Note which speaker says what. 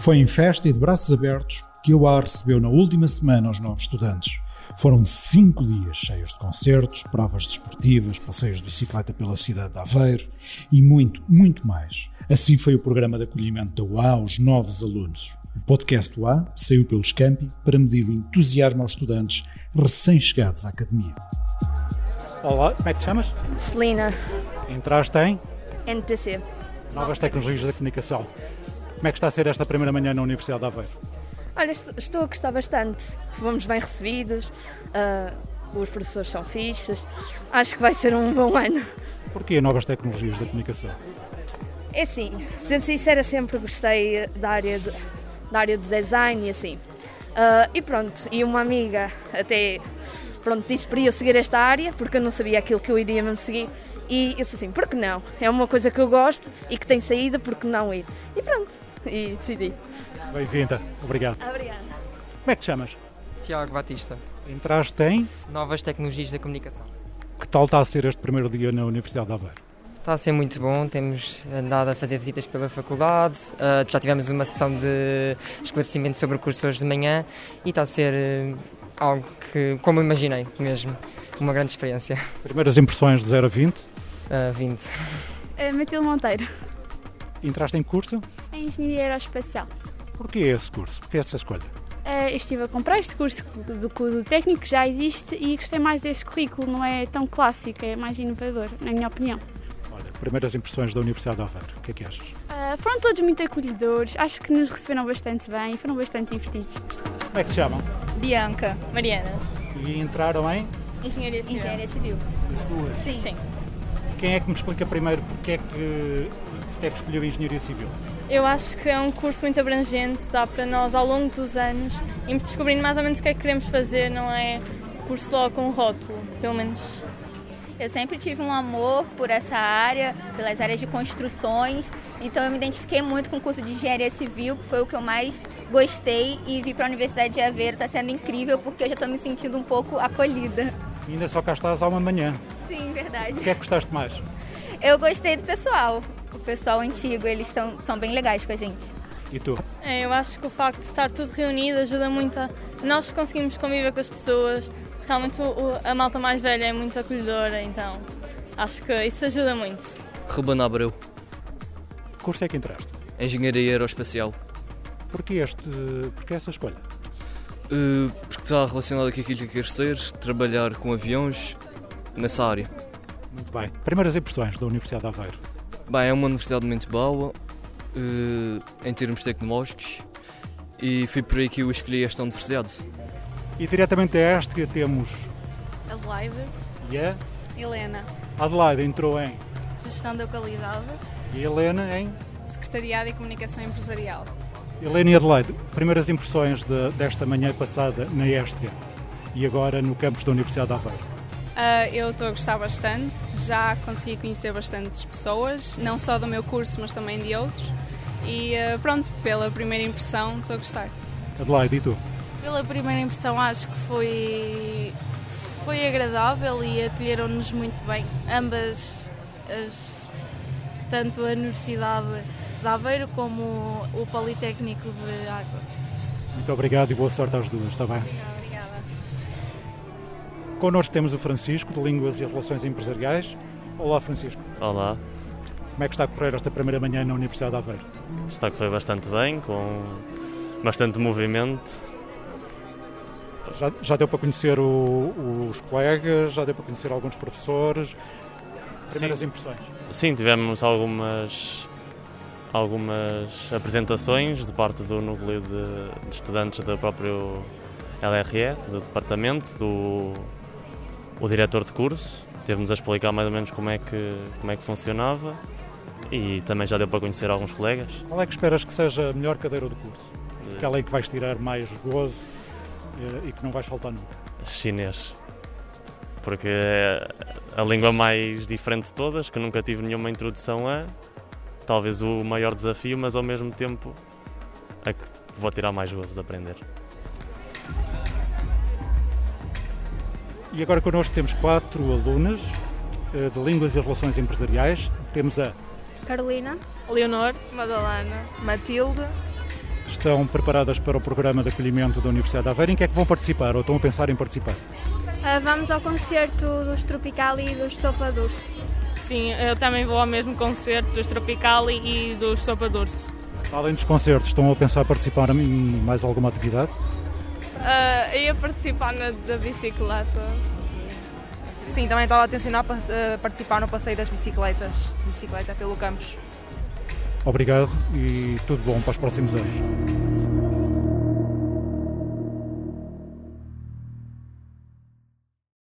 Speaker 1: Foi em festa e de braços abertos que o AR recebeu na última semana os novos estudantes. Foram cinco dias cheios de concertos, provas desportivas, passeios de bicicleta pela cidade de Aveiro e muito, muito mais. Assim foi o programa de acolhimento da UA aos novos alunos. O podcast UA saiu pelos campi para medir o entusiasmo aos estudantes recém-chegados à academia.
Speaker 2: Olá, como é que te chamas?
Speaker 3: Celina,
Speaker 2: Entraste em
Speaker 3: NTC.
Speaker 2: Novas Tecnologias da Comunicação. Como é que está a ser esta primeira manhã na Universidade de Aveiro?
Speaker 3: Olha, est- estou a gostar bastante. Fomos bem recebidos, ah, os professores são fixos. Acho que vai ser um bom ano.
Speaker 2: Porquê Novas Tecnologias da Comunicação?
Speaker 3: É assim, sendo sincera, sempre gostei da área de, da área de design e assim. Ah, e pronto, e uma amiga até pronto, disse para eu seguir esta área, porque eu não sabia aquilo que eu iria mesmo seguir. E eu disse assim, por que não? É uma coisa que eu gosto e que tem saída, por que não ir? E pronto, e decidi.
Speaker 2: Bem-vinda, obrigado.
Speaker 3: Obrigada.
Speaker 2: Como é que te chamas?
Speaker 4: Tiago Batista,
Speaker 2: Entraste em.
Speaker 4: Novas Tecnologias da Comunicação.
Speaker 2: Que tal está a ser este primeiro dia na Universidade de Aveiro?
Speaker 4: Está a ser muito bom, temos andado a fazer visitas pela faculdade, ah, já tivemos uma sessão de esclarecimento sobre o curso hoje de manhã e está a ser eh, algo que, como imaginei mesmo, uma grande experiência.
Speaker 2: Primeiras impressões de 0 a 20.
Speaker 4: Ah, 20.
Speaker 5: É Matilde Monteiro,
Speaker 2: Entraste em curso?
Speaker 5: em Engenharia Aeroespacial.
Speaker 2: Porquê esse curso? Porquê essa escolha?
Speaker 5: Eh, eu estive a comprar este curso do, do técnico que já existe e gostei mais deste currículo, não é tão clássico, é mais inovador, na minha opinião.
Speaker 2: Olha, primeiras impressões da Universidade de Aveiro. O que é que achas?
Speaker 5: Eh, foram todos muito acolhedores, acho que nos receberam bastante bem e foram bastante divertidos.
Speaker 2: Como é que se chamam?
Speaker 6: Bianca. Mariana.
Speaker 2: E entraram em.
Speaker 6: Engenharia Civil.
Speaker 7: Um
Speaker 2: As duas.
Speaker 6: Sim.
Speaker 2: Quem é que me explica primeiro porque é que, porque é que escolheu Engenharia Civil?
Speaker 7: Eu acho que é um curso muito abrangente, dá para nós ao longo dos anos irmos descobrindo mais ou menos o que é que queremos fazer, não é curso logo com rótulo, pelo menos.
Speaker 6: Eu sempre tive um amor por essa área, pelas áreas de construções, então eu me identifiquei muito com o curso de engenharia civil, que foi o que eu mais gostei, e vir para a Universidade de Aveiro está sendo incrível porque eu já estou me sentindo um pouco acolhida.
Speaker 2: E ainda só cá estás há uma manhã.
Speaker 6: Sim,
Speaker 2: O
Speaker 6: verdade.
Speaker 2: que é que gostaste mais?
Speaker 6: Eu gostei do pessoal, o pessoal antigo, eles são, são bem legais com a gente.
Speaker 2: E tu?
Speaker 7: É, eu acho que o facto de estar tudo reunido ajuda muito a nós conseguimos conviver com as pessoas, realmente o- o- a malta mais velha é muito acolhedora, então acho que isso ajuda muito.
Speaker 8: Ruben Abreu,
Speaker 2: Que curso é que entraste?
Speaker 8: Engenharia Aeroespacial.
Speaker 2: Porquê, este, porquê essa escolha?
Speaker 8: Uh, porque está relacionado com aquilo que queres ser, trabalhar com aviões nessa área.
Speaker 2: Muito bem. Primeiras impressões da Universidade de Aveiro.
Speaker 8: Bem, é uma universidade muito boa uh, em termos tecnológicos e foi por aí que eu escolhi esta universidade.
Speaker 2: E diretamente a esta temos
Speaker 9: Adelaide,
Speaker 2: e a
Speaker 9: Helena,
Speaker 2: Adelaide entrou em
Speaker 9: Gestão da Qualidade,
Speaker 2: e a Helena em
Speaker 9: Secretariado e Comunicação Empresarial.
Speaker 2: Helena e Adelaide. Primeiras impressões de- desta manhã passada na Estria e agora no campus da Universidade de Aveiro.
Speaker 9: Ah, eu estou a gostar bastante, já consegui conhecer bastantes pessoas, não só do meu curso, mas também de outros. E ah, pronto, pela primeira impressão, estou a gostar.
Speaker 2: Adelaide, e tu?
Speaker 10: Pela primeira impressão, acho que foi, foi agradável e acolheram-nos muito bem. Ambas, as- tanto a Universidade de Aveiro como o Politécnico de Água.
Speaker 2: Muito obrigado e boa sorte às duas, está bem?
Speaker 9: Obrigada.
Speaker 2: Connosco temos o Francisco, de Línguas e Relações Empresariais. Olá, Francisco.
Speaker 11: Olá,
Speaker 2: Como é que está a correr esta primeira manhã na Universidade de Aveiro?
Speaker 11: está a correr bastante bem, com bastante movimento.
Speaker 2: Já, já deu para conhecer o- os colegas, já deu para conhecer alguns professores. Primeiras
Speaker 11: Sim.
Speaker 2: impressões.
Speaker 11: Sim, tivemos algumas, algumas apresentações de parte do núcleo de, de estudantes do próprio LRE, do departamento, do o diretor de curso. Teve-nos a explicar mais ou menos como é, que, como é que funcionava e também já deu para conhecer alguns colegas.
Speaker 2: Qual é que esperas que seja a melhor cadeira do curso? Aquela em que vais tirar mais gozo eh, e que não vais faltar nunca.
Speaker 11: chinês. Porque é a língua mais diferente de todas, que nunca tive nenhuma introdução a, talvez o maior desafio, mas ao mesmo tempo a que vou tirar mais gozo de aprender.
Speaker 2: E agora connosco temos quatro alunas eh, de Línguas e Relações Empresariais. Temos a
Speaker 5: Carolina,
Speaker 9: Leonor, Madalena, Matilde,
Speaker 2: estão preparadas para o programa de acolhimento da Universidade de Aveiro? Em que é que vão participar ou estão a pensar em participar?
Speaker 11: Ah, vamos ao concerto dos Tropical e dos Sopa Dulce.
Speaker 3: Sim, eu também vou ao mesmo concerto dos Tropical e dos Sopa Dulce.
Speaker 2: Além dos concertos, estão a pensar participar em mais alguma atividade?
Speaker 3: Ah, eu ia participar na, da bicicleta.
Speaker 7: Sim, também estava a tensionar pa- eh, participar no passeio das bicicletas, de bicicleta pelo campus.
Speaker 2: Obrigado e tudo bom para os próximos anos.